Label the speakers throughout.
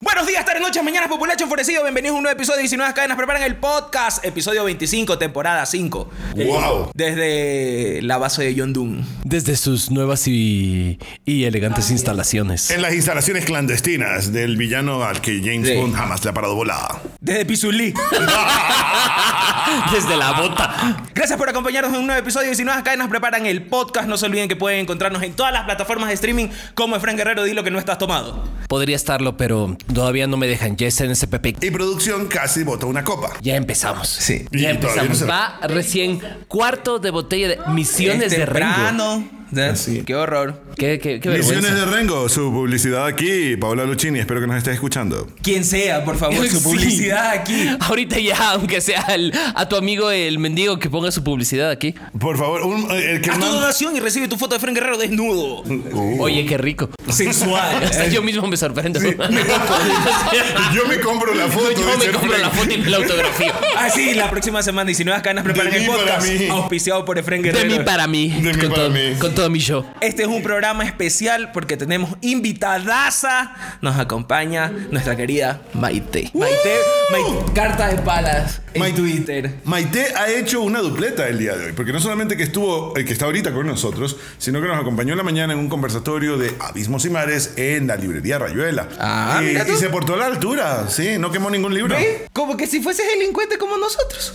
Speaker 1: Buenos días, tardes, noches, mañanas, populacho enfurecido. Bienvenidos a un nuevo episodio de 19 Cadenas Preparan el Podcast, episodio 25, temporada 5.
Speaker 2: ¡Wow!
Speaker 1: Desde la base de John Doon.
Speaker 3: Desde sus nuevas y, y elegantes instalaciones.
Speaker 2: En las instalaciones clandestinas del villano al que James
Speaker 1: Sí.
Speaker 2: Bond jamás le ha parado volada.
Speaker 1: Desde Pizulí.
Speaker 3: Desde la bota.
Speaker 1: Gracias por acompañarnos en un nuevo episodio. Y si nuevas cadenas preparan el podcast, no se olviden que pueden encontrarnos en todas las plataformas de streaming como Efraín Guerrero, di lo que no estás tomado.
Speaker 3: Podría estarlo, pero todavía no me dejan. Ya está en ese PP.
Speaker 2: Y producción casi botó una copa.
Speaker 3: Ya empezamos.
Speaker 1: Sí.
Speaker 2: Y
Speaker 3: Ya
Speaker 2: todavía no
Speaker 3: empezamos.
Speaker 2: se-
Speaker 3: Va recién cuarto de botella de misiones
Speaker 4: Este
Speaker 1: Es
Speaker 3: de Rengo.
Speaker 1: temprano. Ah, Qué horror.
Speaker 3: Qué, qué, qué
Speaker 2: Misiones de
Speaker 3: vergüenza.
Speaker 2: Rengo, su publicidad aquí, Paola Luchini, espero que nos estés escuchando.
Speaker 1: Quien sea, por favor, su
Speaker 3: Sí.
Speaker 1: publicidad aquí.
Speaker 3: Ahorita ya, aunque sea al- a tu amigo el mendigo que ponga su publicidad aquí.
Speaker 2: Por favor, un, eh, el que
Speaker 1: Haz tu
Speaker 2: man-
Speaker 1: donación y recibe tu foto de Efraín Guerrero desnudo.
Speaker 3: Oye, qué rico.
Speaker 1: Sensual.
Speaker 2: Eh,
Speaker 3: Hasta yo mismo me sorprendo.
Speaker 2: Yo me compro la foto.
Speaker 3: yo
Speaker 2: dice
Speaker 3: me compro
Speaker 2: Frank.
Speaker 3: la foto y me la autografío.
Speaker 1: Ah, sí, la próxima semana, y si nuevas cadenas preparan
Speaker 2: De
Speaker 1: el
Speaker 2: mí para
Speaker 1: podcast,
Speaker 2: mí.
Speaker 1: auspiciado por Efraín
Speaker 3: De
Speaker 1: Guerrero.
Speaker 3: mí para mí.
Speaker 2: De mí
Speaker 3: con,
Speaker 2: para
Speaker 3: todo,
Speaker 2: mí.
Speaker 3: con todo mi show.
Speaker 1: Este es un programa especial porque tenemos invitadaza. Nos acompaña nuestra querida Maite. Maite, Maite- carta de palas en
Speaker 2: Maite-
Speaker 1: Twitter.
Speaker 2: Maite ha hecho una dupleta el día de hoy, porque no solamente que estuvo, el que está ahorita con nosotros, sino que nos acompañó en la mañana en un conversatorio de Abismos y Mares en la librería Rayuela.
Speaker 1: Ah,
Speaker 2: y,
Speaker 1: mira tú.
Speaker 2: y se portó a la altura, sí, no quemó ningún libro.
Speaker 1: ¿Eh? Como que si fueses delincuente como nosotros.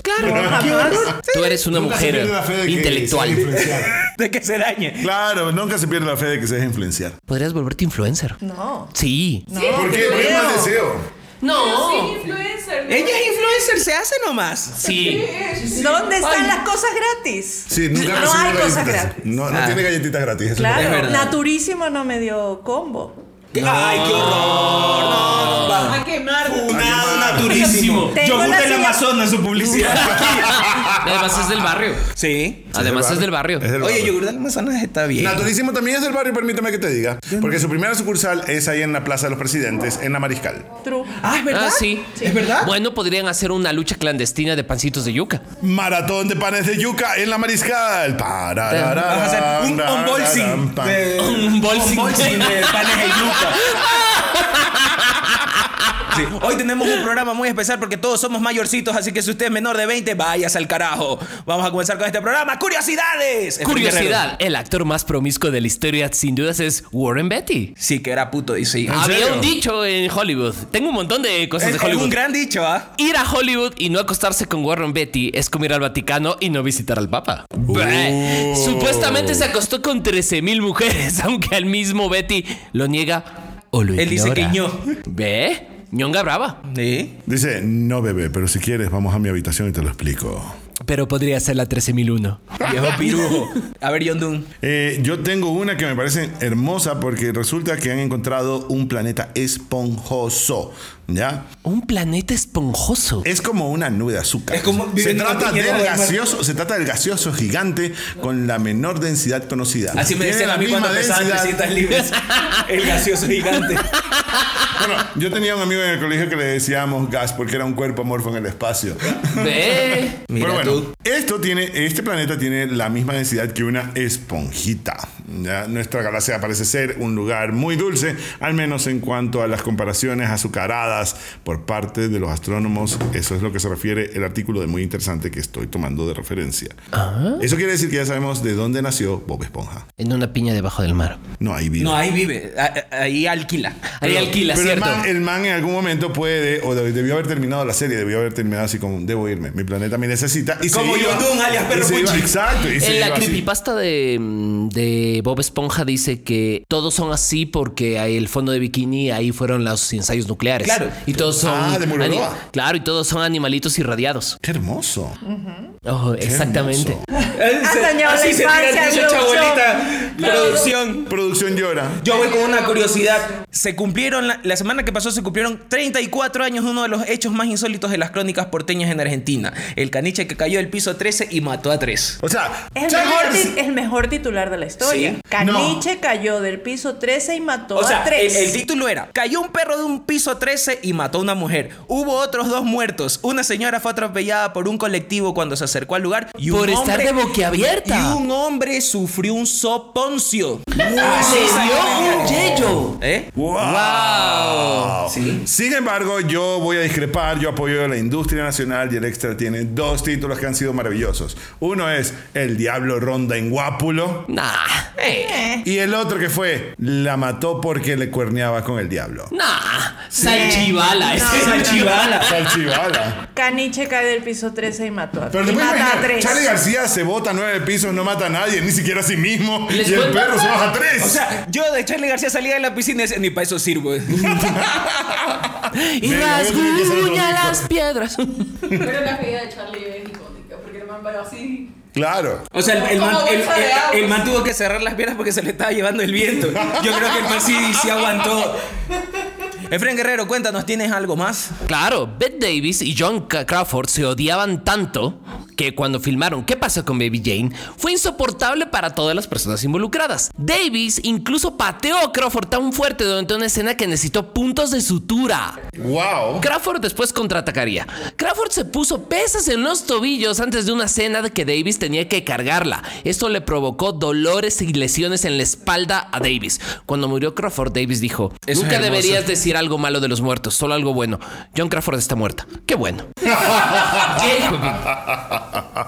Speaker 3: Tú eres una
Speaker 2: Nunca se
Speaker 3: mujer
Speaker 2: pierde la fe de que se deje
Speaker 3: intelectual.
Speaker 2: influenciar.
Speaker 1: De que se dañe.
Speaker 2: Claro, nunca se pierde la fe de que se deje influenciar.
Speaker 3: Podrías volverte influencer. No. Sí.
Speaker 2: ¿Por qué? ¿Por qué mal deseo?
Speaker 3: No.
Speaker 5: influencer.
Speaker 1: Ella es influencer, se hace nomás.
Speaker 3: Sí.
Speaker 5: ¿Dónde están las cosas gratis?
Speaker 2: Sí, nunca
Speaker 5: no
Speaker 2: recibió
Speaker 5: hay cosas
Speaker 2: galletitas.
Speaker 5: gratis.
Speaker 2: No, no
Speaker 1: Ah.
Speaker 2: tiene galletitas gratis. eso
Speaker 1: Es
Speaker 5: Claro,
Speaker 1: verdad.
Speaker 5: Naturísimo no me dio combo.
Speaker 1: Ay, qué horror. No, no, va.
Speaker 5: A quemar.
Speaker 1: Nada
Speaker 2: Ay,
Speaker 1: naturísimo.
Speaker 5: Tengo
Speaker 1: Yo
Speaker 5: la
Speaker 1: gusta el
Speaker 5: silla-
Speaker 1: Amazonas su publicidad.
Speaker 3: Además es del barrio.
Speaker 1: sí.
Speaker 3: Además es del barrio.
Speaker 2: Es del
Speaker 1: Oye,
Speaker 2: barrio.
Speaker 1: yogur del Amazonas está bien.
Speaker 2: Naturísimo también es del barrio, permíteme que te diga. Porque su primera sucursal es ahí en la Plaza de los Presidentes, en la Mariscal.
Speaker 5: True.
Speaker 1: Ah, es verdad.
Speaker 3: Ah, sí.
Speaker 1: Es verdad.
Speaker 3: Bueno, podrían hacer una lucha clandestina de pancitos de yuca.
Speaker 2: Maratón de panes de yuca en la Mariscal. Para,
Speaker 1: Vamos a hacer un unboxing. de-
Speaker 3: Un unboxing.
Speaker 1: unboxing de panes de yuca. Sí, Hoy tenemos un programa muy especial porque todos somos mayorcitos, así que si usted es menor de 20, váyase al carajo. Vamos a comenzar con este programa. ¡Curiosidades! Efraín Guerrero.
Speaker 3: Curiosidad, el actor más promiscuo de la historia sin dudas es Warren Betty.
Speaker 1: Sí, que era puto, y sí.
Speaker 3: Había
Speaker 2: serio?
Speaker 3: un dicho en Hollywood. Tengo un montón Ah, de
Speaker 1: Es,
Speaker 3: cosas de
Speaker 1: es
Speaker 3: Hollywood.
Speaker 1: un gran dicho, ¿ah?
Speaker 3: Ir a Hollywood y no acostarse con Warren Betty es como ir al Vaticano y no visitar al Papa. Bleh. Supuestamente se acostó con 13.000 mujeres, aunque al mismo Betty lo niega o lo ignora.
Speaker 1: Él dice que ño.
Speaker 3: ¿Ve? Ñonga brava.
Speaker 1: Sí.
Speaker 2: Dice, no bebé, pero si quieres vamos a mi habitación y te lo explico.
Speaker 3: Pero podría ser la 13.001.
Speaker 1: Viejo pirujo. A ver, John Doon.
Speaker 2: Eh, yo tengo una que me parece hermosa porque resulta que han encontrado un planeta esponjoso, ¿ya?
Speaker 3: Un planeta esponjoso.
Speaker 2: Es como una nube de azúcar.
Speaker 1: Es como-
Speaker 2: se
Speaker 1: viven en una
Speaker 2: trata
Speaker 1: piñera
Speaker 2: del
Speaker 1: de mar.
Speaker 2: gaseoso, se trata del gaseoso gigante con la menor densidad conocida.
Speaker 1: Así me
Speaker 2: Tiene
Speaker 1: decían
Speaker 2: la
Speaker 1: a mí cuando
Speaker 2: misma
Speaker 1: pesaban
Speaker 2: densidad-
Speaker 1: 300 libras. El gaseoso gigante.
Speaker 2: Bueno, yo tenía un amigo en el colegio que le decíamos gas porque era un cuerpo amorfo en el espacio.
Speaker 3: ¿Ve?
Speaker 1: Mira
Speaker 2: Pero bueno,
Speaker 1: tú.
Speaker 2: esto tiene, este planeta tiene la misma densidad que una esponjita. ¿ya? Nuestra galaxia parece ser un lugar muy dulce, al menos en cuanto a las comparaciones azucaradas por parte de los astrónomos. Eso es lo que se refiere el artículo de muy interesante que estoy tomando de referencia.
Speaker 1: Ah.
Speaker 2: Eso quiere decir que ya sabemos de dónde nació Bob Esponja.
Speaker 3: En una piña debajo del mar.
Speaker 2: No hay vida.
Speaker 1: No, ahí vive. A- a- Ahí alquila.
Speaker 3: Ahí alquila,
Speaker 2: Pero el
Speaker 3: ¿cierto?
Speaker 2: man, el man en algún momento puede, o deb- debió haber terminado la serie, debió haber terminado así como, debo irme, mi planeta me necesita. Y se
Speaker 1: Como
Speaker 2: iba,
Speaker 1: Yondun, alias
Speaker 2: y
Speaker 1: Perro
Speaker 2: se iba,
Speaker 1: Puchi.
Speaker 2: Exacto. Y se
Speaker 3: En la
Speaker 2: iba así.
Speaker 3: creepypasta de, mm, de Bob Esponja dice que todos son así porque ahí el fondo de bikini ahí fueron los ensayos nucleares.
Speaker 1: Claro.
Speaker 3: Y todos son.
Speaker 2: Ah, de Mururoa.
Speaker 3: ani- Claro, y todos son animalitos irradiados.
Speaker 2: Qué hermoso.
Speaker 3: Oh, exactamente.
Speaker 2: hermoso.
Speaker 1: Así
Speaker 5: dañado la
Speaker 1: Ah,
Speaker 2: Ah,
Speaker 1: se tiran
Speaker 5: infancia,
Speaker 1: muchas
Speaker 5: Groucho.
Speaker 1: chabolitas.
Speaker 5: Producción.
Speaker 1: Producción.
Speaker 2: Producción llora.
Speaker 1: Yo voy con una curiosidad. Se cumplieron, la, la semana que pasó se cumplieron 34 años de uno de los hechos más insólitos de las crónicas porteñas en Argentina. El caniche que cayó del piso 13 y mató a tres.
Speaker 2: O sea,
Speaker 5: Es el, mejor,
Speaker 2: Charles.
Speaker 5: ti- el mejor titular de la historia.
Speaker 1: Sí.
Speaker 5: Caniche cayó del piso 13 y mató
Speaker 1: O sea,
Speaker 5: a 3.
Speaker 1: el, el título era, cayó un perro de un piso 13 y mató a una mujer. Hubo otros dos muertos. Una señora fue atropellada por un colectivo cuando se acercó al lugar. Y un
Speaker 3: Por estar
Speaker 1: hombre-
Speaker 3: de boquiabierta.
Speaker 1: Y un hombre sufrió un soponcio.
Speaker 3: ¡Se dio un yello!
Speaker 1: ¿Eh?
Speaker 2: Wow.
Speaker 1: Sí.
Speaker 2: Sin embargo, yo voy a discrepar, yo apoyo a la industria nacional y el Extra tiene dos títulos que han sido maravillosos. Uno es El Diablo Ronda en Guápulo
Speaker 3: Nah,
Speaker 2: Eh.
Speaker 5: Eh.
Speaker 2: y el otro que fue La mató porque le cuerneaba con el diablo.
Speaker 3: nah. Salchivala. ese es salchivala.
Speaker 2: Salchivala.
Speaker 5: Caniche cae del piso 13 y mató a
Speaker 2: Pero
Speaker 5: 3.
Speaker 2: te
Speaker 5: Y
Speaker 2: puedes
Speaker 5: mata a
Speaker 2: imaginar,
Speaker 5: 3.
Speaker 2: Charlie García se bota nueve pisos, no mata a nadie, ni siquiera a sí mismo.
Speaker 3: Les
Speaker 2: y el
Speaker 3: cuento-
Speaker 2: perro se baja a tres.
Speaker 1: O sea, yo de Charlie García salía de la piscina y decía, ni para eso sirvo.
Speaker 3: Y
Speaker 2: Venga, voy a tener que hacer otro
Speaker 3: rasguña
Speaker 2: disco.
Speaker 3: las piedras.
Speaker 6: Pero la caída de Charlie es icónica, porque el man va así.
Speaker 2: claro.
Speaker 1: O sea, el, el man,
Speaker 6: Como
Speaker 1: el-
Speaker 6: bolsa de
Speaker 1: el-
Speaker 6: agua.
Speaker 1: el man tuvo que cerrar las piernas porque se le estaba llevando el viento. Yo creo que el man sí, sí aguantó. Efren Guerrero, cuéntanos, ¿tienes algo más?
Speaker 3: Claro, Bette Davis y John C- Crawford se odiaban tanto que cuando filmaron ¿Qué pasó con Baby Jane? fue insoportable para todas las personas involucradas. Davis incluso pateó a Crawford tan fuerte durante una escena que necesitó puntos de sutura.
Speaker 2: Wow.
Speaker 3: Crawford después contraatacaría. Crawford se puso pesas en los tobillos antes de una cena de que Davis tenía que cargarla. Esto le provocó dolores y lesiones en la espalda a Davis. Cuando murió Crawford, Davis dijo,
Speaker 1: Eso es
Speaker 3: nunca
Speaker 1: hermoso.
Speaker 3: deberías decir algo malo de los muertos, solo algo bueno. John Crawford está muerta. Qué bueno.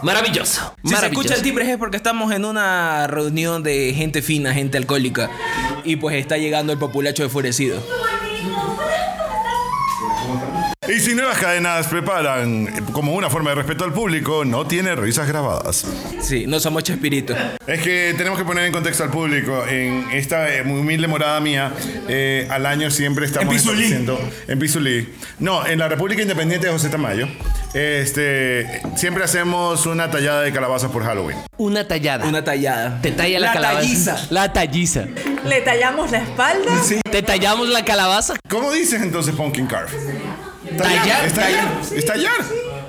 Speaker 3: Maravilloso.
Speaker 1: Si se
Speaker 3: maravilloso.
Speaker 1: escuchan timbres es porque estamos en una reunión de gente fina, gente alcohólica. Y pues está llegando el populacho enfurecido.
Speaker 2: Y si nuevas cadenas preparan, eh, como una forma de respeto al público, no tiene risas grabadas.
Speaker 1: Sí, no somos chespiritos.
Speaker 2: Es que tenemos que poner en contexto al público. En esta eh, muy humilde morada mía, eh, al año siempre estamos
Speaker 1: En Pizulí.
Speaker 2: estableciendo- en Pizulí. No, en la República Independiente de José Tamayo. Este, siempre hacemos una tallada de calabazas por Halloween.
Speaker 3: Una tallada.
Speaker 1: Una tallada.
Speaker 3: Te talla la, calabaza.
Speaker 1: talliza.
Speaker 3: La talliza.
Speaker 5: Le tallamos la espalda.
Speaker 3: Te tallamos la calabaza.
Speaker 2: ¿Cómo dices entonces pumpkin carve?
Speaker 3: Tallar,
Speaker 2: Es tallar. Es tallar.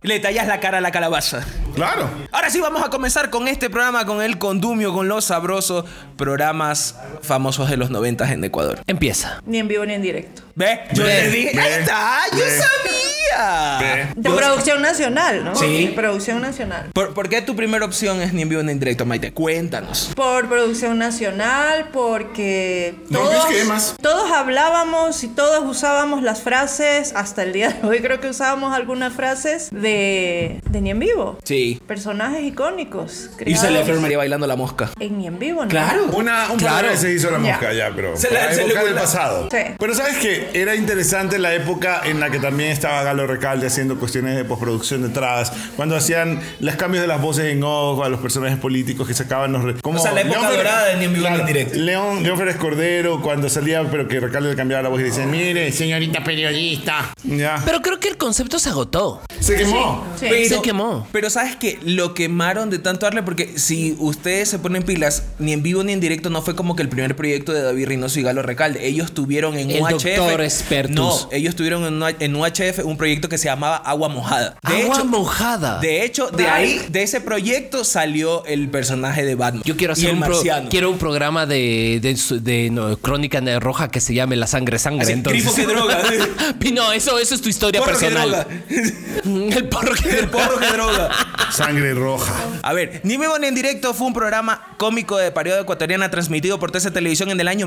Speaker 1: Le tallas la cara a la calabaza.
Speaker 2: Claro.
Speaker 1: Ahora sí, vamos a comenzar con este programa, con el condumio, con los sabrosos programas famosos de los noventas en Ecuador.
Speaker 3: Empieza.
Speaker 5: Ni en vivo ni en directo.
Speaker 1: ¿Ve? Yo
Speaker 2: Ve,
Speaker 1: le dije.
Speaker 2: ve,
Speaker 1: ¡Ahí está! ¡Yo
Speaker 2: ve.
Speaker 1: sabía!
Speaker 5: De producción nacional, ¿no?
Speaker 1: Sí.
Speaker 5: De producción nacional.
Speaker 1: ¿Por, por qué tu primera opción es ni en vivo ni en directo, Maite? Cuéntanos.
Speaker 5: Por producción nacional, porque
Speaker 2: No,
Speaker 5: todos,
Speaker 2: ¿qué más?
Speaker 5: todos hablábamos y todos usábamos las frases, hasta el día de hoy creo que usábamos algunas frases de, de Ni en Vivo.
Speaker 1: Sí.
Speaker 5: Personajes icónicos.
Speaker 1: Y
Speaker 5: creados
Speaker 1: salió Flor María bailando la mosca.
Speaker 5: En Ni en Vivo, ¿no?
Speaker 2: Una, un par de veces hizo la mosca ya, pero
Speaker 1: Se
Speaker 2: fue
Speaker 1: la-
Speaker 2: la
Speaker 1: se le
Speaker 2: época del
Speaker 1: ocurrió.
Speaker 2: pasado.
Speaker 5: Sí.
Speaker 2: Pero sabes que era interesante la época en la que también estaba Galo Recalde haciendo cuestiones de postproducción detrás, cuando hacían los cambios de las voces en off a los personajes políticos que sacaban los... re- Como
Speaker 1: O sea, la época
Speaker 2: León Férez-
Speaker 1: dorada de Ni en Vivo, ni en Directo.
Speaker 2: León, León Férez Cordero, cuando salía, pero que Recalde le cambiaba la voz y
Speaker 1: Ah.
Speaker 2: decía, mire, señorita periodista. Ya.
Speaker 3: Pero creo que el concepto se agotó.
Speaker 2: Se quemó.
Speaker 5: Sí.
Speaker 1: Pues,
Speaker 3: Se quemó.
Speaker 1: Pero sabes que lo quemaron de tanto darle porque si ustedes se ponen pilas, ni en vivo ni en directo no fue como que el primer proyecto de David Reynoso y Galo Recalde. Ellos tuvieron en
Speaker 3: El
Speaker 1: UHF.
Speaker 3: doctor Expertus.
Speaker 1: No, ellos tuvieron en UH- en UHF un proyecto que se llamaba Agua Mojada. De
Speaker 3: Agua
Speaker 1: hecho,
Speaker 3: mojada.
Speaker 1: de hecho, de ahí, de ese proyecto salió el personaje de Batman.
Speaker 3: Yo quiero
Speaker 1: Y
Speaker 3: hacer
Speaker 1: el
Speaker 3: un, pro-
Speaker 1: marciano.
Speaker 3: quiero un programa de, de, su- de, no, crónica ne- roja que se llame La Sangre Sangre.
Speaker 1: Así,
Speaker 3: entonces.
Speaker 1: grifo que droga.
Speaker 3: no, eso, eso es tu historia
Speaker 1: Porro que
Speaker 3: personal. El porro que
Speaker 1: droga. El
Speaker 3: droga.
Speaker 1: porro que droga.
Speaker 2: Sangre roja.
Speaker 1: A ver, Ni Vivo ni en Directo fue un programa cómico de parodia ecuatoriana transmitido por TC Televisión en el año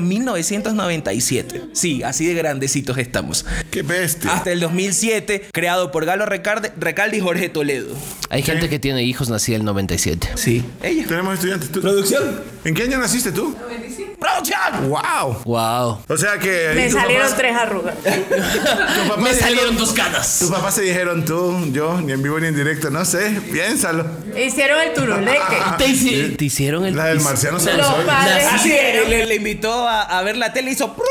Speaker 1: 1997. Sí, así de grandecitos estamos.
Speaker 2: Qué bestia.
Speaker 1: Hasta el 2007, creado por Galo Recarde- Recalde y Jorge Toledo.
Speaker 3: Hay gente que tiene hijos nacida en el 97.
Speaker 1: Sí. Ella.
Speaker 2: Tenemos estudiantes. ¿Tú?
Speaker 1: Producción.
Speaker 2: ¿En qué año naciste tú?
Speaker 1: ¡Producción!
Speaker 2: ¡Wow!
Speaker 3: Wow.
Speaker 2: O sea que... ahí
Speaker 5: Me
Speaker 2: tus
Speaker 5: salieron
Speaker 2: papás-
Speaker 5: tres arrugas.
Speaker 2: tus papás
Speaker 3: Me
Speaker 2: dijeron-
Speaker 3: salieron dos canas.
Speaker 2: Tus papás se dijeron tú, yo, ni en vivo ni en directo, no sé, piénsalo.
Speaker 5: Hicieron el turuleque.
Speaker 3: Te, hici- te hicieron el.
Speaker 2: Ah, eh, La del marciano se
Speaker 5: Los
Speaker 2: lo soy.
Speaker 5: padres
Speaker 1: Ah, Así
Speaker 5: hicieron-
Speaker 1: le, le invitó a, a ver la tele y hizo. ¡pruc!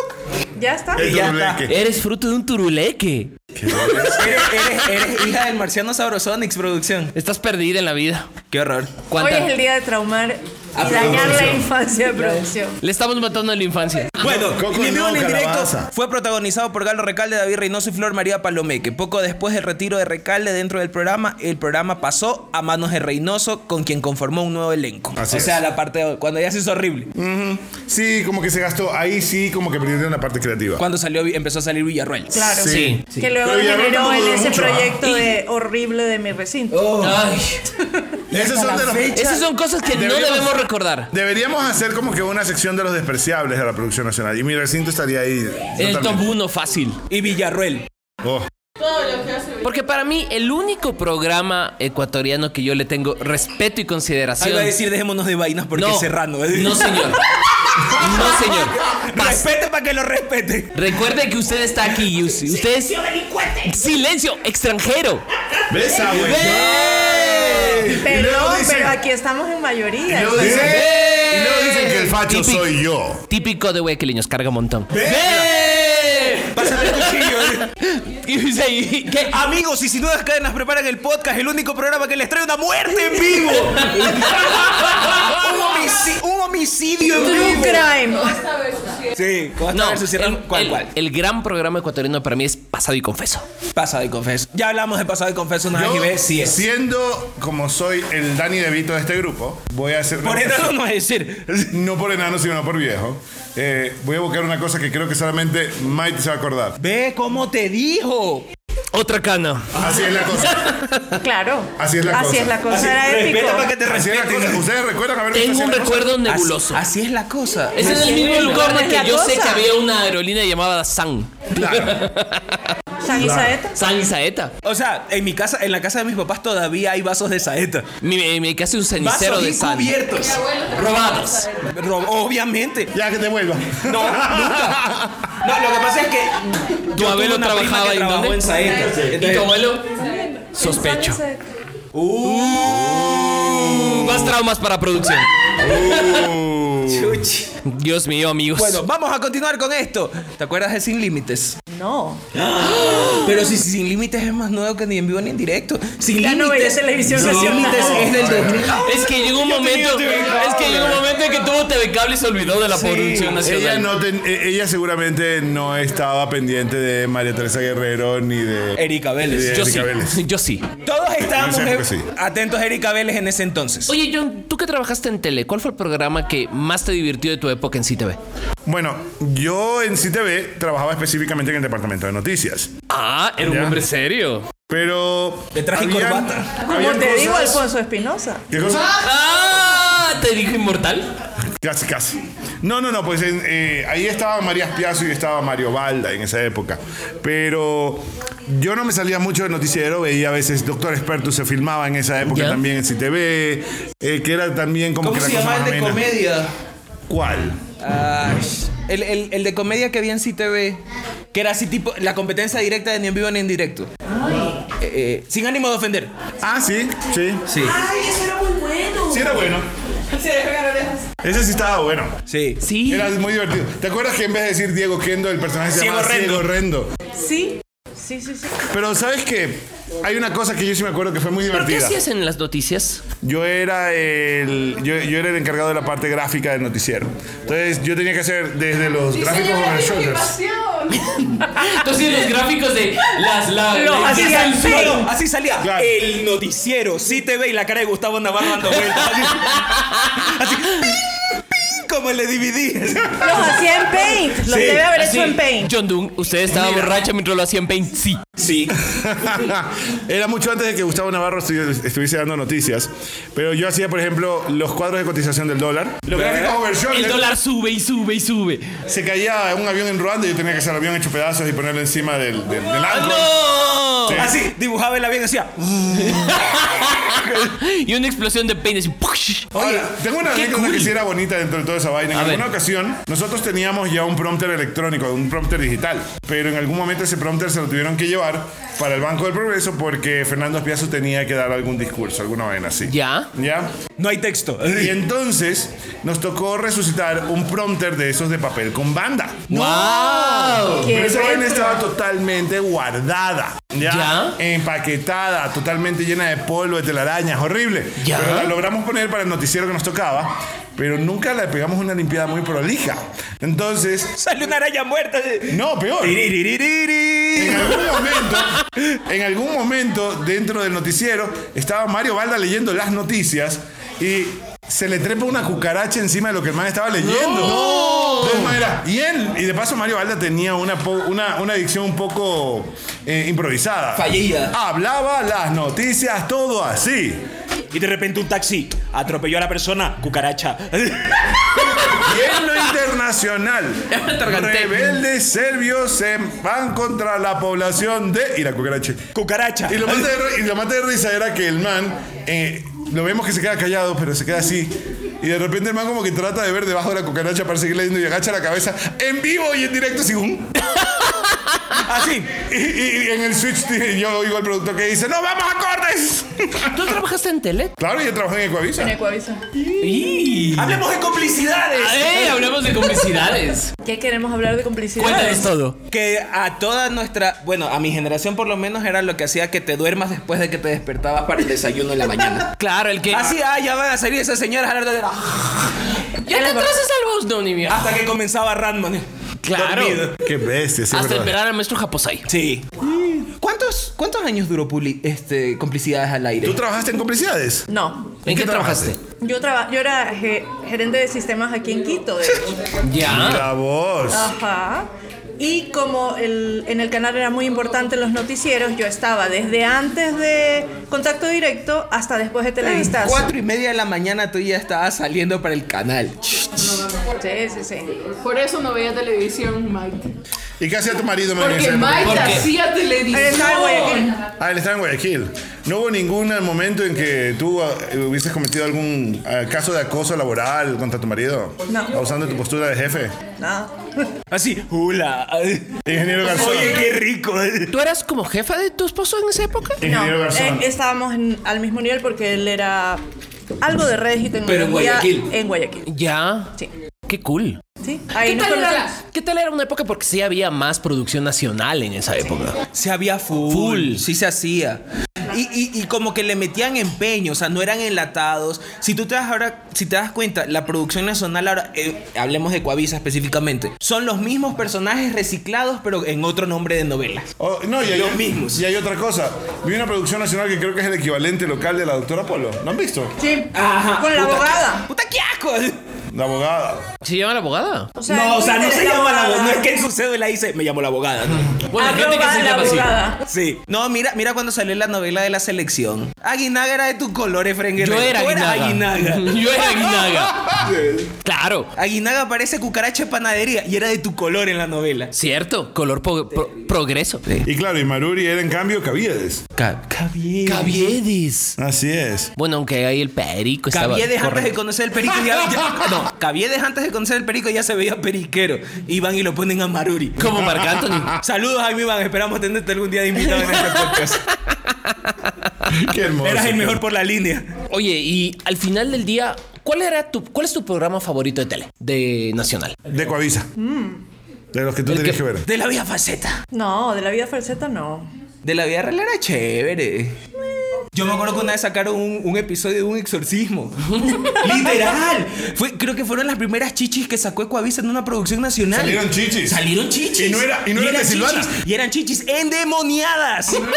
Speaker 5: Ya está.
Speaker 2: El
Speaker 1: Ya
Speaker 2: turuleque.
Speaker 3: Eres fruto de un turuleque.
Speaker 1: Eres, eres- eres hija del marciano Saurosonics, producción.
Speaker 3: Estás perdida en la vida.
Speaker 1: Qué horror.
Speaker 3: ¿Cuánta-
Speaker 5: Hoy es el día de traumar y dañar la infancia de producción.
Speaker 3: Le estamos matando a la infancia.
Speaker 1: Bueno,
Speaker 2: Coco
Speaker 1: y mi vivo
Speaker 2: no,
Speaker 1: en directo
Speaker 2: calabaza.
Speaker 1: fue protagonizado por Galo Recalde, David Reynoso y Flor María Palomeque. Poco después del retiro de Recalde dentro del programa, el programa pasó a manos de Reynoso, con quien conformó un nuevo elenco.
Speaker 2: Así
Speaker 1: o sea,
Speaker 2: es.
Speaker 1: la parte de- cuando ya se hizo horrible.
Speaker 2: Sí, como que se gastó. Ahí sí, como que perdieron la parte creativa.
Speaker 1: Cuando salió, empezó a salir Villarroel.
Speaker 5: Claro.
Speaker 3: Sí.
Speaker 5: Que luego
Speaker 2: Pero ya no
Speaker 5: generó en
Speaker 2: duró
Speaker 5: ese
Speaker 2: mucho, Oh. ¿ah?
Speaker 5: proyecto de horrible de mi recinto.
Speaker 3: Ay,
Speaker 2: Esas son de los-
Speaker 3: esas son cosas que no
Speaker 2: Deberíamos-
Speaker 3: debemos recordar.
Speaker 2: Deberíamos hacer como que una sección de los despreciables de la producción nacional. Y mi recinto estaría ahí.
Speaker 3: En el top
Speaker 2: totalmente.
Speaker 3: 1 fácil.
Speaker 1: Y Villarroel.
Speaker 2: Oh,
Speaker 6: Todo lo que hace Villarreal.
Speaker 3: Porque para mí, el único programa ecuatoriano que yo le tengo respeto y
Speaker 1: Ahí
Speaker 3: consideración.
Speaker 1: va a decir, dejémonos de vainas porque es serrano.
Speaker 3: No, señor. No, señor. Pas-
Speaker 1: Respete para que lo respete.
Speaker 3: Recuerde que usted está aquí, y us- usted es... ¡Silencio, extranjero!
Speaker 2: besa, güey. ah, Y
Speaker 5: Pero,
Speaker 2: luego dicen-
Speaker 5: pero aquí estamos en
Speaker 2: Y
Speaker 5: mayoría.
Speaker 2: luego dicen,
Speaker 1: ¡Eh!
Speaker 2: y luego dicen que el facho
Speaker 3: Típico-
Speaker 2: soy yo.
Speaker 3: Típico de huequeleños, carga un montón.
Speaker 1: Pásame el cuchillo. eh.
Speaker 3: Y dice, ¿y qué?
Speaker 1: Amigos, y si nuevas cadenas preparan el podcast, el único programa que les trae una muerte en vivo. un, homici- un homicidio en
Speaker 5: True
Speaker 1: vivo.
Speaker 5: crime.
Speaker 6: Esta vez sí.
Speaker 1: Sí, ¿cómo
Speaker 3: No,
Speaker 1: versus Sierra-
Speaker 3: el,
Speaker 1: ¿Cuál,
Speaker 3: el-
Speaker 1: cuál?
Speaker 3: el gran programa ecuatoriano para mí es Pasado y Confeso.
Speaker 1: Pasado y confeso. Ya hablamos de pasado y confeso una vez
Speaker 2: Yo,
Speaker 1: y ve, sí es.
Speaker 2: siendo como soy el Dani DeVito de este grupo, voy a hacer.
Speaker 1: Por eso no vamos a decir.
Speaker 2: No por enano, sino por viejo. Eh, voy a buscar una cosa que creo que solamente Mike se va a acordar.
Speaker 1: Ve cómo te dijo.
Speaker 3: Otra cana.
Speaker 2: Así es la cosa.
Speaker 5: Claro.
Speaker 2: Así es la
Speaker 5: Así
Speaker 2: cosa.
Speaker 5: es la cosa.
Speaker 1: Así,
Speaker 5: Era épico.
Speaker 1: respeta para que te
Speaker 2: Así es la
Speaker 1: respeten.
Speaker 2: cosa. Ustedes recuerdan haber visto
Speaker 3: Tengo un
Speaker 2: así la cosa?
Speaker 3: recuerdo
Speaker 1: Así-
Speaker 3: nebuloso.
Speaker 1: Así, es la cosa.
Speaker 3: es en el mismo lugar de
Speaker 5: es la
Speaker 3: que yo sé que
Speaker 5: cosa.
Speaker 3: había una aerolínea llamada San.
Speaker 5: San Isaeta.
Speaker 3: San y Saeta.
Speaker 1: O sea, en mi casa, en la casa de mis papás todavía hay vasos de saeta.
Speaker 3: eh, Me, me casi un cenicero
Speaker 1: Vasos
Speaker 3: de San.
Speaker 1: encubiertos.
Speaker 6: Mi abuelo también
Speaker 3: Robados.
Speaker 6: pasa eso.
Speaker 1: Ro- Obviamente.
Speaker 2: Ya que te vuelva.
Speaker 1: No, nunca. No, lo que pasa es que
Speaker 3: ¿Tu abuelo
Speaker 1: una prima
Speaker 3: trabajaba
Speaker 1: que
Speaker 3: en
Speaker 1: trabajó
Speaker 3: dónde?
Speaker 1: en Saeta. uh.
Speaker 3: ¿Y tu abuelo?
Speaker 5: San
Speaker 3: Sospecho. Uh,
Speaker 5: Isaeta.
Speaker 3: Más traumas para producción.
Speaker 1: Chuchi.
Speaker 3: Dios mío, amigos.
Speaker 1: Bueno, vamos a continuar con esto. ¿Te acuerdas de Sin Límites?
Speaker 5: No.
Speaker 1: Pero si si Sin Límites es más nuevo que ni en vivo ni en directo. Sin
Speaker 5: Ya no
Speaker 1: Límites.
Speaker 5: veía televisión
Speaker 1: Sin
Speaker 5: nacional.
Speaker 1: Límites es del 2000.
Speaker 3: es que llegó un momento. Es que llegó un momento en que tuvo TV Cable y se olvidó de la producción
Speaker 2: Ella,
Speaker 3: nacional.
Speaker 2: no ten- eh, ella seguramente no estaba pendiente de María Teresa Guerrero ni de
Speaker 1: Erika Vélez.
Speaker 2: de
Speaker 3: Yo
Speaker 2: Erika
Speaker 3: sí.
Speaker 2: Vélez.
Speaker 3: Yo sí.
Speaker 1: Todos estábamos
Speaker 2: Yo sé que
Speaker 1: eh,
Speaker 2: sí.
Speaker 1: atentos a Erika Vélez en ese entonces.
Speaker 3: Oye, John, tú que trabajaste en tele, ¿cuál fue el programa que más te divirtió de tu época en CTV?
Speaker 2: Bueno, yo en CTV trabajaba específicamente en el departamento de noticias.
Speaker 3: Ah, era un
Speaker 2: Ya.
Speaker 3: hombre serio.
Speaker 2: Pero.
Speaker 1: De traje y
Speaker 2: habían-
Speaker 1: corbata.
Speaker 5: Como
Speaker 2: habían
Speaker 5: te digo,
Speaker 2: cosas-
Speaker 5: Alfonso Espinosa.
Speaker 2: ¿Qué cosa?
Speaker 3: ¡Ah! ¿Te dijo inmortal?
Speaker 2: Casi, casi. No, no, no, pues en, eh, ahí estaba María Piazzo y estaba Mario Balda en esa época. Pero yo no me salía mucho del noticiero, veía a veces Doctor Experto se filmaba en esa época
Speaker 3: Ya.
Speaker 2: también en CTV, eh, que era también como
Speaker 1: ¿Cómo
Speaker 2: que la
Speaker 1: se
Speaker 2: cosa
Speaker 1: llama el
Speaker 2: más
Speaker 1: de
Speaker 2: amena.
Speaker 1: comedia?
Speaker 2: ¿Cuál?
Speaker 1: Ay, el, el- el de comedia que había en CTV. Que era así tipo la competencia directa de ni en vivo ni en directo. Eh, eh, sin ánimo de ofender.
Speaker 2: Ah, sí, sí.
Speaker 1: Sí.
Speaker 6: Ay, eso era muy bueno.
Speaker 2: Sí era bueno.
Speaker 6: Se dejan orejas.
Speaker 2: Ese sí estaba bueno.
Speaker 1: Sí.
Speaker 3: Sí.
Speaker 2: Era muy divertido. ¿Te acuerdas que en vez de decir Diego Kendo, el personaje se
Speaker 1: Ciego
Speaker 2: llamaba
Speaker 1: Rendo.
Speaker 2: Ciego Rendo?
Speaker 5: Sí. Sí, sí, sí.
Speaker 2: Pero ¿sabes qué? Hay una cosa que yo sí me acuerdo que fue muy
Speaker 3: ¿Pero qué
Speaker 2: divertida.
Speaker 3: hacías en las noticias?
Speaker 2: Yo era el yo, yo era el encargado de la parte gráfica del noticiero. Entonces yo tenía que hacer desde los gráficos
Speaker 6: Diseño
Speaker 2: over
Speaker 6: de
Speaker 2: shoulders.
Speaker 6: equipación.
Speaker 3: Entonces los gráficos de las la,
Speaker 5: Lo
Speaker 3: la-
Speaker 5: hacía
Speaker 3: la-
Speaker 5: el
Speaker 3: la-
Speaker 5: feo.
Speaker 1: No, así salía
Speaker 2: Claro.
Speaker 1: el noticiero, sí te ve y la cara de Gustavo Navarro dando vueltas. Así, así, ping, ping, como le dividí.
Speaker 5: Los hacía en Paint. Los
Speaker 1: Sí,
Speaker 5: debe haber
Speaker 3: Sí.
Speaker 5: hecho en Paint.
Speaker 3: John Doon, usted estaba borracha mientras lo hacía en Paint. Sí.
Speaker 1: Sí.
Speaker 2: era mucho antes de que Gustavo Navarro estu- estuviese dando noticias, pero yo hacía por ejemplo los cuadros de cotización del dólar. Los gráficos over
Speaker 3: El
Speaker 2: shoulders.
Speaker 3: dólar sube y sube y sube.
Speaker 2: Se caía un avión en Ruanda y yo tenía que hacer el avión hecho pedazos y ponerlo encima del del, del ancla.
Speaker 3: ¡No!
Speaker 1: Así, dibujaba el avión y hacía.
Speaker 3: Y una explosión de Paint. así, ¡push!
Speaker 2: Ahora, tengo una
Speaker 3: qué
Speaker 2: anécdota
Speaker 3: cool.
Speaker 2: que sí era bonita dentro de toda esa vaina. En
Speaker 3: A ver.
Speaker 2: alguna ocasión, nosotros teníamos ya un prompter electrónico, un prompter digital, pero en algún momento ese prompter se lo tuvieron que llevar para el Banco del Progreso porque Fernando Espiazo tenía que dar algún discurso, alguna vaina así.
Speaker 3: Ya.
Speaker 2: ¿Ya?
Speaker 1: No hay texto.
Speaker 2: Y entonces nos tocó resucitar un prompter de esos de papel con banda.
Speaker 3: ¡Wow!
Speaker 2: Pero
Speaker 5: Qué
Speaker 2: esa vaina
Speaker 5: retro.
Speaker 2: estaba totalmente guardada. Ya,
Speaker 3: ¿Ya?
Speaker 2: empaquetada, totalmente llena de polvo, de telarañas, horrible.
Speaker 3: ¿Ya?
Speaker 2: Pero la logramos poner para el noticiero que nos tocaba, pero nunca le pegamos una limpiada muy prolija. Entonces,
Speaker 1: Sale una araña muerta.
Speaker 2: no, peor. En algún momento, en algún momento dentro del noticiero estaba Mario Valda leyendo las noticias y se le trepa una cucaracha encima de lo que el man estaba leyendo. Entonces, man, era- y él, y de paso Mario Valda tenía una, po- una, una dicción un poco eh, improvisada.
Speaker 1: Fallida.
Speaker 2: Hablaba las noticias, todo así.
Speaker 7: Y de repente un taxi atropelló a la persona, cucaracha.
Speaker 2: Y en lo internacional, rebeldes serbios se van contra la población de... Y la cucaracha.
Speaker 7: cucaracha.
Speaker 2: Y lo, más de, y lo más de risa era que el man, eh, lo vemos que se queda callado, pero se queda así. Y de repente el man como que trata de ver debajo de la cucaracha para seguir leyendo y agacha la cabeza en vivo y en directo, así. un-
Speaker 7: Así.
Speaker 2: Y, y- y en el switch t- yo oigo al productor que dice, ¡No, vamos a cortes!
Speaker 3: ¿Tú trabajaste en tele?
Speaker 2: Claro, yo trabajé en Ecuavisa.
Speaker 5: En Ecuavisa.
Speaker 1: Hablemos de complicidades.
Speaker 3: ¡Ey! Hablamos de complicidades.
Speaker 5: ¿Qué queremos hablar de complicidad?
Speaker 3: Cuéntanos todo.
Speaker 1: Que a toda nuestra, bueno, a mi generación por lo menos era lo que hacía que te duermas después de que te despertabas para el desayuno en la mañana.
Speaker 3: Claro, el que.
Speaker 1: Así, ah, ya van a salir esas señoras a la hora de la-
Speaker 3: ¡Ya te traces al bus, no, ni mierda.
Speaker 1: Hasta que comenzaba Randman. eh,
Speaker 3: Claro.
Speaker 1: dormido.
Speaker 2: Qué bestia, sí,
Speaker 3: Hasta
Speaker 2: verdad.
Speaker 3: esperar al maestro Japosai.
Speaker 1: Sí. ¿Cuántos, ¿Cuántos años duró publi- este, complicidades al aire?
Speaker 2: ¿Tú trabajaste en complicidades?
Speaker 5: No.
Speaker 3: ¿En qué trabajaste?
Speaker 5: Yo, traba- yo era ge- gerente de sistemas aquí en Quito, de hecho.
Speaker 3: Ya.
Speaker 2: La voz.
Speaker 5: Ajá. Y como el- en el canal era muy importante los noticieros, yo estaba desde antes de Contacto Directo hasta después de Televistazo.
Speaker 1: Cuatro y media de la mañana tú ya estabas saliendo para el canal.
Speaker 5: Sí, sí, sí.
Speaker 6: Por eso no veía televisión, Mike.
Speaker 2: ¿Y qué hacía tu marido? man, en
Speaker 6: Porque
Speaker 2: esa época?
Speaker 6: Mike
Speaker 3: qué?
Speaker 6: hacía televisión.
Speaker 5: Él estaba en Guayaquil.
Speaker 2: Ah, él estaba en Guayaquil. ¿No hubo ningún momento en que tú ah, hubieses cometido algún ah, caso de acoso laboral contra tu marido?
Speaker 5: No.
Speaker 2: Abusando de tu postura de jefe.
Speaker 5: No.
Speaker 7: Así. Hola.
Speaker 2: Ingeniero Garzón.
Speaker 7: Oye, qué rico.
Speaker 1: eh.
Speaker 3: ¿Tú eras como jefa de tu esposo en esa época?
Speaker 5: No,
Speaker 2: Ingeniero Garzón.
Speaker 5: eh, estábamos en- al mismo nivel porque él era algo de redes y tecnología.
Speaker 1: Pero en Guayaquil.
Speaker 5: En Guayaquil,
Speaker 3: Ya.
Speaker 5: sí.
Speaker 3: Qué cool.
Speaker 5: ¿Sí?
Speaker 3: ¿Qué
Speaker 5: Ahí nos
Speaker 3: tal, era,
Speaker 5: conocimos.
Speaker 3: qué tal era una época? Porque sí había más producción nacional en esa época.
Speaker 1: Se había full.
Speaker 3: Full.
Speaker 1: Sí se hacía. Y, y- y como que le metían empeño, o sea, no eran enlatados. Si tú te das ahora, si te das cuenta, la producción nacional ahora, eh, hablemos de Coavisa específicamente, son los mismos personajes reciclados, pero en otro nombre de novela.
Speaker 2: Oh, no, y hay,
Speaker 1: Los mismos.
Speaker 2: y hay otra cosa. Vi una producción nacional que creo que es el equivalente local de la doctora Polo. ¿No han visto?
Speaker 5: Sí. Con la abogada.
Speaker 1: ¡Puta qué asco!
Speaker 2: La abogada.
Speaker 3: ¿Se llama la abogada?
Speaker 5: O
Speaker 1: No, o sea, no se
Speaker 5: la
Speaker 1: llama la abogada.
Speaker 5: abogada.
Speaker 1: No es que en su cédula dice, me llamó la abogada. ¿no?
Speaker 3: Bueno, hay gente que
Speaker 5: Arroba
Speaker 3: se
Speaker 5: la
Speaker 3: llama así.
Speaker 5: abogada.
Speaker 1: Sí. No, mira, mira cuando salió la novela de la selección. Aguinaga era de tus colores, Fren
Speaker 3: Yo
Speaker 1: Guerrero.
Speaker 3: era
Speaker 1: Tú eras
Speaker 3: Guinaga.
Speaker 1: Aguinaga.
Speaker 3: Yo era Guinaga. claro.
Speaker 1: Aguinaga parece cucaracha de panadería y era de tu color en la novela.
Speaker 3: Cierto, color po- pro- progreso.
Speaker 2: Y claro, y Maruri era en cambio Caviedes.
Speaker 3: Caviedes.
Speaker 2: Así es.
Speaker 3: Bueno, aunque ahí el perico estaba.
Speaker 1: Caviedes antes de
Speaker 3: correcto.
Speaker 1: conocer el perico ya, ya- no, Caviedes antes de conocer el perico ya se veía periquero. Y van y lo ponen a Maruri.
Speaker 3: Como Marc Anthony.
Speaker 1: Saludos a mi Iván, esperamos tenerte algún día de invitado en este podcast.
Speaker 2: Qué hermoso.
Speaker 1: Eras el mejor por la línea.
Speaker 3: Oye, y al final del día, ¿cuál era tu, cuál es tu programa favorito de tele? De Nacional.
Speaker 2: De Coavisa. De los que tú tenías que, ver.
Speaker 1: De la vida faceta.
Speaker 5: No, de la vida falseta no.
Speaker 1: De la vida real era chévere. Yo me acuerdo que una vez sacaron un, un episodio de un exorcismo. Literal. Fue, creo que fueron las primeras chichis que sacó Ecuavisa en una producción nacional.
Speaker 2: Salieron chichis.
Speaker 1: Salieron chichis.
Speaker 2: Y no era- y no eran de Silvana.
Speaker 1: chichis, Y eran chichis endemoniadas. sí, no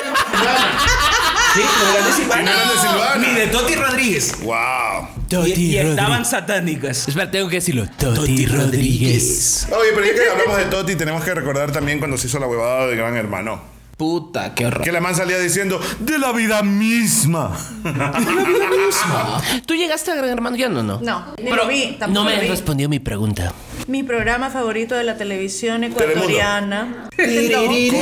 Speaker 1: eran de Silvana.
Speaker 2: Y no eran de Silvana.
Speaker 1: Ni de Toti Rodríguez.
Speaker 2: Wow.
Speaker 1: Y, y estaban satánicas.
Speaker 3: Espera, tengo que decirlo. Toti Rodríguez.
Speaker 2: Oye, pero ya que hablamos de Toti, tenemos que recordar también cuando se hizo la huevada de Gran Hermano.
Speaker 3: Puta, qué horror.
Speaker 2: Que la man salía diciendo, de la vida misma.
Speaker 3: ¿Tú llegaste a Gran Hermano ya no, no?
Speaker 5: No, ni lo vi, tampoco
Speaker 3: no me
Speaker 5: lo
Speaker 3: has
Speaker 5: vi.
Speaker 3: respondido mi pregunta.
Speaker 5: Mi programa favorito de la televisión ecuatoriana.
Speaker 2: Con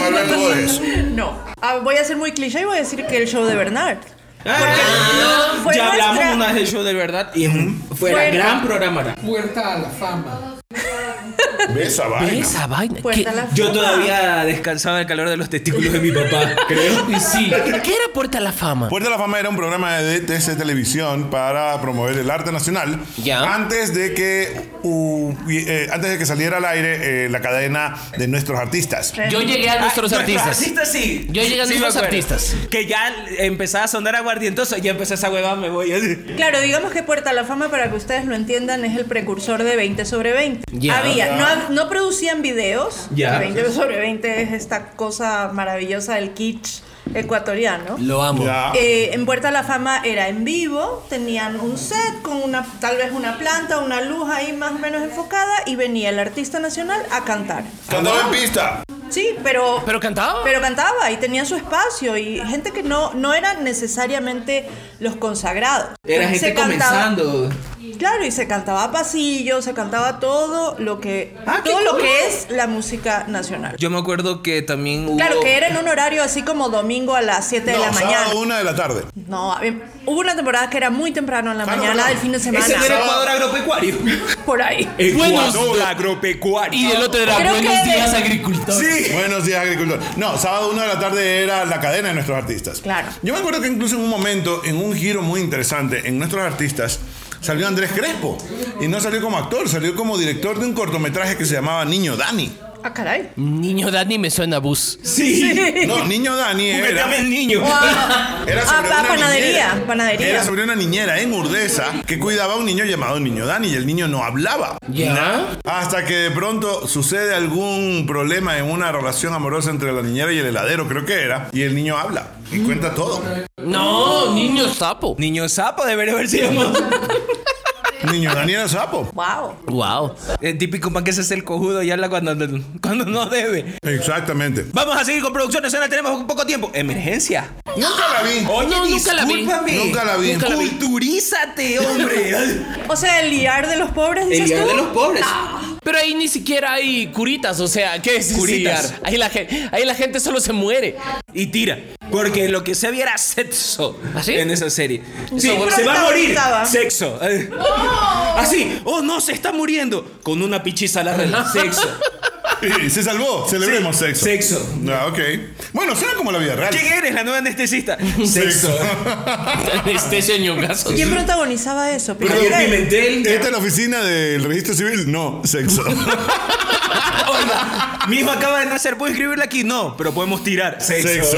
Speaker 2: Alberto Borges.
Speaker 5: No. Ah, voy a ser muy cliché y voy a decir que el show de Bernard.
Speaker 1: Ah,
Speaker 5: fue
Speaker 1: ya
Speaker 5: nuestra-
Speaker 1: hablamos una vez del show de verdad y es un- fue
Speaker 5: Fue-
Speaker 1: gran programa.
Speaker 8: Puerta a la fama.
Speaker 2: Ve esa vaina.
Speaker 3: Ve esa vaina.
Speaker 5: Puerta
Speaker 3: ¿Qué?
Speaker 5: a la
Speaker 1: Yo
Speaker 5: fama.
Speaker 1: todavía descansaba del calor de los testículos de mi papá, creo.
Speaker 3: Sí. ¿Qué era Puerta a la Fama?
Speaker 2: Puerta de la Fama era un programa de DTC Televisión para promover el arte nacional.
Speaker 3: Ya.
Speaker 2: Antes de que u- y- eh, antes de que saliera al aire eh, la cadena de nuestros artistas.
Speaker 3: Yo llegué a nuestros
Speaker 1: Ah,
Speaker 3: artistas.
Speaker 1: Artistas sí.
Speaker 3: Yo llegué a
Speaker 1: Sí, me
Speaker 3: nuestros
Speaker 1: acuerdo.
Speaker 3: artistas.
Speaker 1: Que ya empezaba a sonar aguardientoso, ya empezó esa hueva, me voy así.
Speaker 5: Claro, digamos que Puerta a la Fama, para que ustedes lo entiendan, es el precursor de 20 sobre 20.
Speaker 3: Ya.
Speaker 5: Había, no, hab- no producían videos.
Speaker 1: Ya.
Speaker 5: 20 sobre 20 es esta cosa maravillosa del kitsch ecuatoriano.
Speaker 3: Lo amo.
Speaker 1: Ah.
Speaker 2: Ya.
Speaker 5: Eh, en Puerta a la Fama era en vivo, tenían un set con una, tal vez una planta, una luz ahí más o menos enfocada y venía el artista nacional a cantar.
Speaker 2: Cantaba en pista.
Speaker 5: Sí, pero,
Speaker 3: ¿Pero cantaba?
Speaker 5: pero cantaba y tenía su espacio y gente que no, no eran necesariamente los consagrados.
Speaker 1: Era gente
Speaker 5: Se cantaba-
Speaker 1: comenzando.
Speaker 5: Claro, y se cantaba pasillo, se cantaba todo lo que
Speaker 1: Ah, qué
Speaker 5: todo lo
Speaker 1: cool.
Speaker 5: que es la música nacional.
Speaker 1: Yo me acuerdo que también hubo.
Speaker 5: Claro que era en un horario así como domingo a las 7 de
Speaker 2: No,
Speaker 5: la mañana.
Speaker 2: sábado una de la tarde.
Speaker 5: No, a ver, hubo una temporada que era muy temprano en la
Speaker 2: Ah, no,
Speaker 5: mañana
Speaker 2: no.
Speaker 5: del fin de semana.
Speaker 1: Ese no era Ecuador agropecuario.
Speaker 5: Por ahí.
Speaker 3: Buenos-
Speaker 2: Ecuador
Speaker 7: agropecuario.
Speaker 3: Y el otro era
Speaker 5: Creo
Speaker 3: Buenos
Speaker 5: que-
Speaker 3: días, agricultor.
Speaker 2: Sí. Buenos días, agricultor. No, sábado 1 de la tarde era la cadena de nuestros artistas.
Speaker 5: Claro.
Speaker 2: Yo me acuerdo que incluso en un momento, en un giro muy interesante, en nuestros artistas, salió Andrés Crespo. Y no salió como actor, salió como director de un cortometraje que se llamaba Niño Dani.
Speaker 5: Ah, caray.
Speaker 3: Niño Dani me suena a bus.
Speaker 2: No, Niño Dani era.
Speaker 7: Jugueteame el niño.
Speaker 5: Ah,
Speaker 2: Era sobre
Speaker 5: pa-
Speaker 2: una
Speaker 5: panadería,
Speaker 2: niñera.
Speaker 5: panadería.
Speaker 2: Era sobre una niñera en Urdesa que cuidaba a un niño llamado Niño Dani y el niño no hablaba.
Speaker 3: Ya.
Speaker 2: Hasta que de pronto sucede algún problema en una relación amorosa entre la niñera y el heladero, creo que era, y el niño habla y cuenta todo.
Speaker 3: No, niño sapo.
Speaker 1: Niño sapo, debería haber sido.
Speaker 2: Niño Dani era sapo.
Speaker 5: Wow.
Speaker 3: Wow.
Speaker 1: El típico pan que se hace el cojudo y habla cuando, cuando no debe.
Speaker 2: Exactamente.
Speaker 1: Vamos a seguir con producciones, ahora tenemos un poco tiempo. Emergencia.
Speaker 2: Nunca la vi.
Speaker 3: no, nunca la vi.
Speaker 1: discúlpame.
Speaker 2: Nunca la vi.
Speaker 3: Nunca la vi.
Speaker 1: Culturízate, hombre.
Speaker 5: O sea, el liar de los pobres,
Speaker 1: El
Speaker 5: dices
Speaker 1: día
Speaker 5: tú. Ah,
Speaker 1: de los pobres.
Speaker 3: Ah, Pero ahí ni siquiera hay curitas, o sea, ¿qué es
Speaker 1: Curitas.
Speaker 3: curitas? Ahí la, gen- ahí la gente solo se muere.
Speaker 1: Y tira. Porque lo que se viera sexo
Speaker 3: ¿Ah, sí?
Speaker 1: en esa serie. Sí,
Speaker 5: Seguro
Speaker 1: se va a
Speaker 5: estaba-
Speaker 1: morir.
Speaker 5: estaba.
Speaker 1: Sexo. Eh. Así. Oh, no, se está muriendo. Con una pichiza a la red. Sexo.
Speaker 2: Sí, se salvó. Celebremos
Speaker 1: Sí,
Speaker 2: sexo.
Speaker 1: sexo.
Speaker 2: Ah, ok. Bueno, suena como la vida real.
Speaker 1: ¿Quién eres? La nueva anestesista. Sexo.
Speaker 3: Anestesia ñongazo.
Speaker 5: ¿Quién protagonizaba eso?
Speaker 1: Pero
Speaker 5: Pimentel.
Speaker 1: Pimentel.
Speaker 2: ¿Esta es la oficina del registro civil? No, sexo.
Speaker 1: Oiga, mi hijo acaba de nacer. ¿Puedo escribirla aquí? No, pero podemos tirar. Sexo.
Speaker 2: sexo.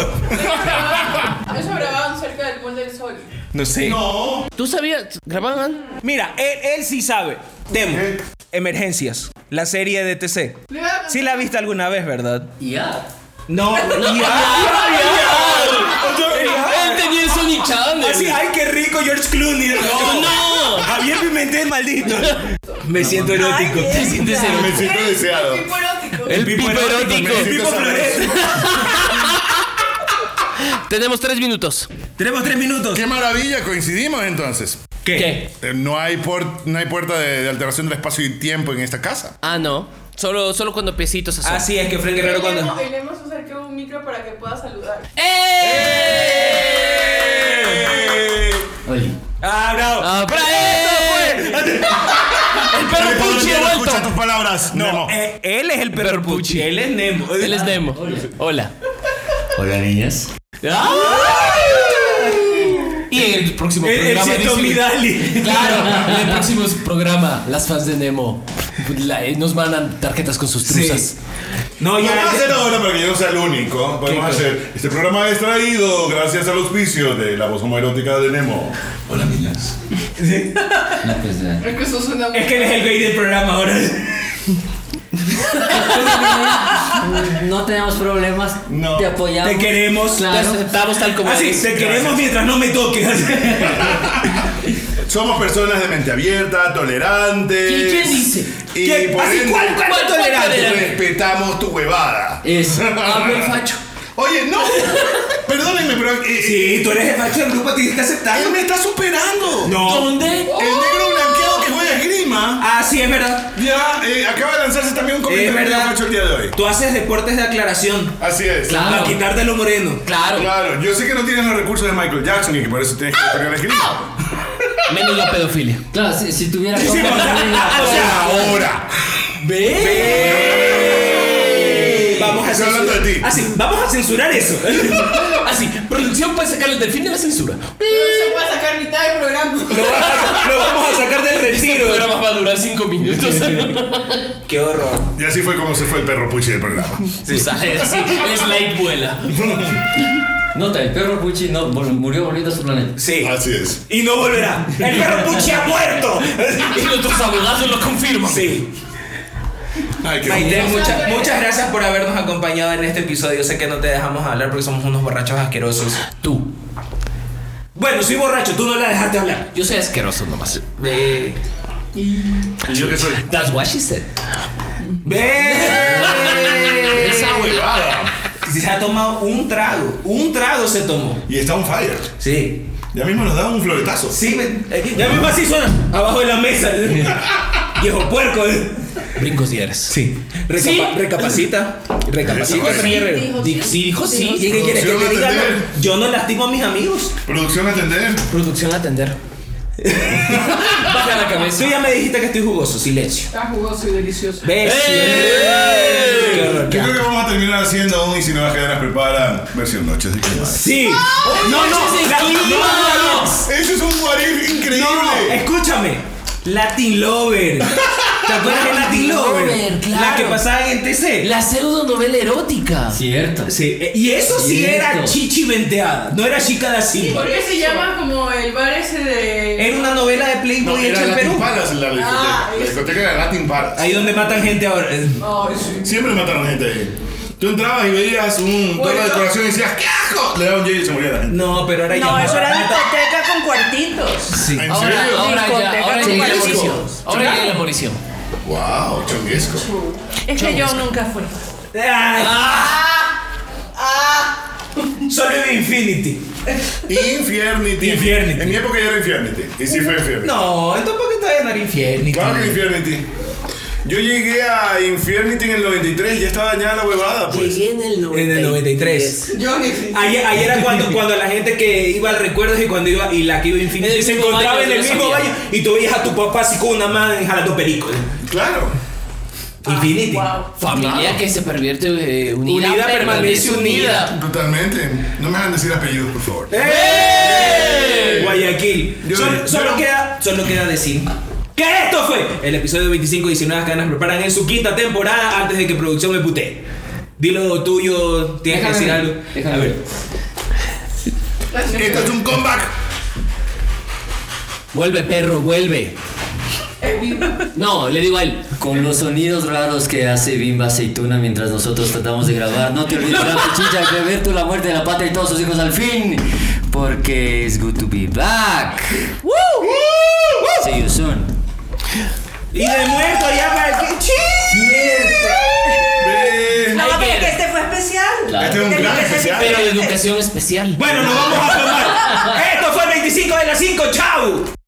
Speaker 6: Eso grababan cerca del Gol del Sol.
Speaker 1: No sé.
Speaker 3: ¿Tú sabías? ¿Grababan?
Speaker 1: Mira, él, él sí sabe. Demo. Emergencias. La serie de E TC. Sí la viste alguna vez, ¿verdad?
Speaker 3: Ya.
Speaker 1: No,
Speaker 3: Ah, Él tenía el Sonic Channel.
Speaker 1: Así, ay, qué rico George Clooney. No, Javier Pimentel, maldito. Me siento erótico.
Speaker 3: Te sientes el-
Speaker 2: Me siento deseado.
Speaker 6: Tipo erótico.
Speaker 3: El pipo erótico.
Speaker 2: me siento
Speaker 1: Pipo Flores.
Speaker 3: Tenemos tres minutos.
Speaker 1: Tenemos tres minutos.
Speaker 2: Qué maravilla, coincidimos entonces.
Speaker 3: ¿Qué?
Speaker 2: Eh, No hay, por- no hay puerta de, de alteración del espacio y tiempo en esta casa.
Speaker 3: Ah, no. Solo, solo cuando piecitos así.
Speaker 1: Así es que Frank Guerrero cuando.
Speaker 6: Iremos- Iremos a usar que un micro para que pueda saludar.
Speaker 1: ¡Eh! ¡Ah, bravo!
Speaker 3: ¡Eh! ¡Ah, bravo! ¡El perro Puchi
Speaker 2: Yo
Speaker 3: ha
Speaker 2: no
Speaker 3: vuelto!
Speaker 2: escucho tus palabras, Nemo.
Speaker 1: Eh, él es el perro Puchi. Él es Nemo. Ah,
Speaker 3: Él es Nemo. Hola.
Speaker 8: Hola niñas.
Speaker 3: Y en el próximo
Speaker 1: Él, él
Speaker 3: programa.
Speaker 1: sí es
Speaker 3: dice-
Speaker 1: Tommy Daly.
Speaker 3: Claro, en el próximo programa, las fans de Nemo la- eh, nos mandan tarjetas con sus truzas.
Speaker 1: No,
Speaker 2: Lo vamos a hacer
Speaker 1: ya.
Speaker 2: ahora para que yo no sea el único. Podemos hacer. Este programa es traído gracias al auspicio de la voz homoerótica de Nemo.
Speaker 8: Hola niñas. No, pues, eh,
Speaker 6: Es que eso suena muy.
Speaker 1: Es que él es el gay del programa ahora.
Speaker 9: No tenemos problemas.
Speaker 2: No.
Speaker 9: Te apoyamos.
Speaker 1: Te queremos.
Speaker 3: Te
Speaker 9: Claro.
Speaker 3: aceptamos tal como
Speaker 1: Así,
Speaker 3: eres.
Speaker 1: te queremos mientras no me toques.
Speaker 2: Somos personas de mente abierta, tolerantes.
Speaker 3: ¿Y quién dice?
Speaker 2: Y
Speaker 1: ¿Quién?
Speaker 2: por
Speaker 1: Así, Ah,
Speaker 2: ende,
Speaker 1: ¿cuál- cuál
Speaker 3: ¿Cuál tolerante?
Speaker 2: respetamos tu huevada.
Speaker 9: Eso. Hazme el facho.
Speaker 2: Oye, no. Perdónenme, pero. eh,
Speaker 1: Sí, tú eres el facho del grupo, tienes que aceptarlo.
Speaker 2: Él me está superando.
Speaker 1: No.
Speaker 3: ¿Dónde?
Speaker 2: El negro blanqueado que juega esgrima.
Speaker 1: Ah, sí, es verdad.
Speaker 2: Ya, eh, acaba de lanzarse también un
Speaker 1: Es
Speaker 2: comentario
Speaker 1: verdad.
Speaker 2: macho el día de hoy.
Speaker 1: Tú haces deportes de aclaración.
Speaker 2: Así es.
Speaker 3: Claro.
Speaker 1: Para quitarte lo moreno.
Speaker 3: Claro.
Speaker 2: Claro, yo sé que no tienes los recursos de Michael Jackson y que por eso tienes que tocar la esgrima.
Speaker 3: Menos la pedofilia.
Speaker 9: Claro, si, si tuviera
Speaker 1: Sí, sí, o sea,
Speaker 9: problemas.
Speaker 1: o sea,
Speaker 2: Ahora.
Speaker 3: ¿Ve?
Speaker 2: Estoy hablando de ti.
Speaker 1: Ah,
Speaker 7: Así, vamos a censurar eso.
Speaker 3: Así, producción puede sacar el delfín de la censura.
Speaker 6: se puede sacar mitad del programa.
Speaker 7: Lo vamos a sacar del
Speaker 3: Este
Speaker 7: retiro.
Speaker 3: programa va a durar cinco minutos.
Speaker 7: Qué horror.
Speaker 2: Y así fue como se fue el perro Puchi del programa.
Speaker 3: O sea, es así, Slide vuela.
Speaker 8: Nota, el perro Puchi no, vol- murió volviendo a su planeta.
Speaker 7: Sí.
Speaker 2: Así es.
Speaker 7: Y no volverá. El perro Puchi ha muerto.
Speaker 3: Y nuestros abogados lo confirman.
Speaker 7: Sí.
Speaker 2: Ay, qué
Speaker 1: Maite, mucha- muchas gracias por habernos acompañado en este episodio. Yo sé que no te dejamos hablar porque somos unos borrachos asquerosos.
Speaker 3: Tú,
Speaker 7: Bueno, soy borracho, tú no la dejaste hablar.
Speaker 3: yo soy asqueroso nomás.
Speaker 1: Eh,
Speaker 2: ¿Y yo qué soy?
Speaker 3: That's what she said.
Speaker 1: ve.
Speaker 2: Esa huevada.
Speaker 1: Se ha tomado un trago. Un trago se tomó.
Speaker 2: Y está un fire.
Speaker 1: Sí.
Speaker 2: Ya mismo nos da un floretazo.
Speaker 1: Sí, me- eh, ya mismo así suena. Abajo de la mesa. Viejo puerco. eh.
Speaker 3: Brincos y eres.
Speaker 1: Sí. Recapa- Recapacita. Recapacita,
Speaker 2: Eso,
Speaker 1: Fran Guerrero.
Speaker 6: Dijo
Speaker 3: Di- Sí, dijo
Speaker 1: ¿Y
Speaker 3: sí.
Speaker 1: qué quieres que
Speaker 2: Producción
Speaker 1: te diga?
Speaker 2: atender.
Speaker 1: No, yo no lastimo a mis amigos.
Speaker 2: Producción atender.
Speaker 3: Producción atender. Baja la cabeza.
Speaker 1: Tú ya me dijiste que estoy jugoso. Silencio.
Speaker 6: Está jugoso y delicioso.
Speaker 1: ¿Ves?
Speaker 3: ¡Eh!
Speaker 1: Qué horror,
Speaker 2: Yo
Speaker 1: qué
Speaker 2: creo que vamos a terminar haciendo un y si no vas a quedar prepara versión noches de quemar.
Speaker 1: Sí. No, no, la- no, no, no.
Speaker 2: Eso es un what if increíble.
Speaker 1: No, escúchame. Latin Lover. ¿Te acuerdas de Latin Lover?
Speaker 3: Lover, claro.
Speaker 1: La que pasaba en TC.
Speaker 3: La pseudo novela erótica.
Speaker 8: Cierto.
Speaker 1: Sí, eh, y eso sí
Speaker 8: Cierto.
Speaker 1: era chichi venteada, no era chica de así.
Speaker 6: ¿Por qué se llama como el bar ese de.
Speaker 1: Era una novela de
Speaker 2: No,
Speaker 1: Playboy hecha
Speaker 2: era
Speaker 1: en
Speaker 2: Latin
Speaker 1: Perú.
Speaker 2: Palace la discoteca.
Speaker 6: Ah,
Speaker 2: la
Speaker 6: es-
Speaker 2: discoteca era Latin Palace.
Speaker 1: Ahí donde matan gente ahora. eh.
Speaker 6: Ay, sí.
Speaker 2: Siempre mataron gente ahí. Tú entrabas y veías un tono de
Speaker 6: Bueno.
Speaker 2: decoración y decías, ¡qué asco! Le daban un J y se moría la gente.
Speaker 1: No, pero ahora ya.
Speaker 5: No, eso era
Speaker 1: matan-
Speaker 5: discoteca con cuartitos.
Speaker 1: Sí.
Speaker 2: ¿En
Speaker 3: Ahora,
Speaker 2: serio?
Speaker 3: ahora ya,
Speaker 5: Discoteca
Speaker 3: ahora
Speaker 5: con
Speaker 3: ya la
Speaker 5: Patricio.
Speaker 3: aparición. Ahora ya la aparición.
Speaker 2: Wow, chonguesco.
Speaker 5: Es que yo nunca fui.
Speaker 1: Ay.
Speaker 3: Ah,
Speaker 1: Solo en Infinity.
Speaker 2: Infiernity.
Speaker 1: Infiernity.
Speaker 2: En mi época ya era Infiernity. Y sí fue Infiernity.
Speaker 1: No, tampoco te va a ganar Infinity.
Speaker 2: Claro que Infiernity. Yo llegué a Infiernity en el 93 y ya estaba dañada la huevada, pues.
Speaker 9: Llegué en el 93.
Speaker 1: En el 93.
Speaker 6: Yo ni sé.
Speaker 1: Ayer, ayer era cuando, cuando la gente que iba al recuerdo y cuando iba y la que iba a Infinity
Speaker 3: En el
Speaker 1: se
Speaker 3: mismo
Speaker 1: encontraba
Speaker 3: baño,
Speaker 1: en el
Speaker 3: yo lo
Speaker 1: mismo
Speaker 3: sabía.
Speaker 1: baño y tú veías a tu papá así con una mano jalando perico.
Speaker 2: Claro.
Speaker 3: Ah,
Speaker 1: Infinity.
Speaker 6: Wow.
Speaker 3: Familia que se pervierte eh, unida,
Speaker 1: Unida permanece unida.
Speaker 2: Totalmente. No me dejan decir apellidos, por favor.
Speaker 1: ¡Eh! Guayaquil.
Speaker 2: Yo-
Speaker 1: Solo,
Speaker 2: yo-
Speaker 1: solo queda, solo queda decir. Que esto fue el episodio 25 y 19 cadenas preparan en su quinta temporada antes de que producción me putee. Dilo tuyo, tienes que decir algo.
Speaker 8: Déjame
Speaker 1: A ver.
Speaker 8: ver.
Speaker 2: Esto es un comeback.
Speaker 3: Vuelve, perro, vuelve. No, le digo a él.
Speaker 8: Con los sonidos raros que hace Bimba Aceituna mientras nosotros tratamos de grabar, no te olvidarás de Chicha, que ver tú la muerte de la pata y todos sus hijos al fin, porque es good to be back. See you soon.
Speaker 1: Y de muerto ya para que.
Speaker 2: Ve.
Speaker 5: No,
Speaker 3: Ay,
Speaker 5: pero
Speaker 3: mira.
Speaker 5: que este fue especial.
Speaker 8: Claro.
Speaker 2: Este es un
Speaker 5: Tenía
Speaker 2: gran
Speaker 5: que ser
Speaker 2: especial.
Speaker 3: Pero de educación especial.
Speaker 1: Bueno, nos vamos a tomar. Esto fue el 25 de las 5, chao.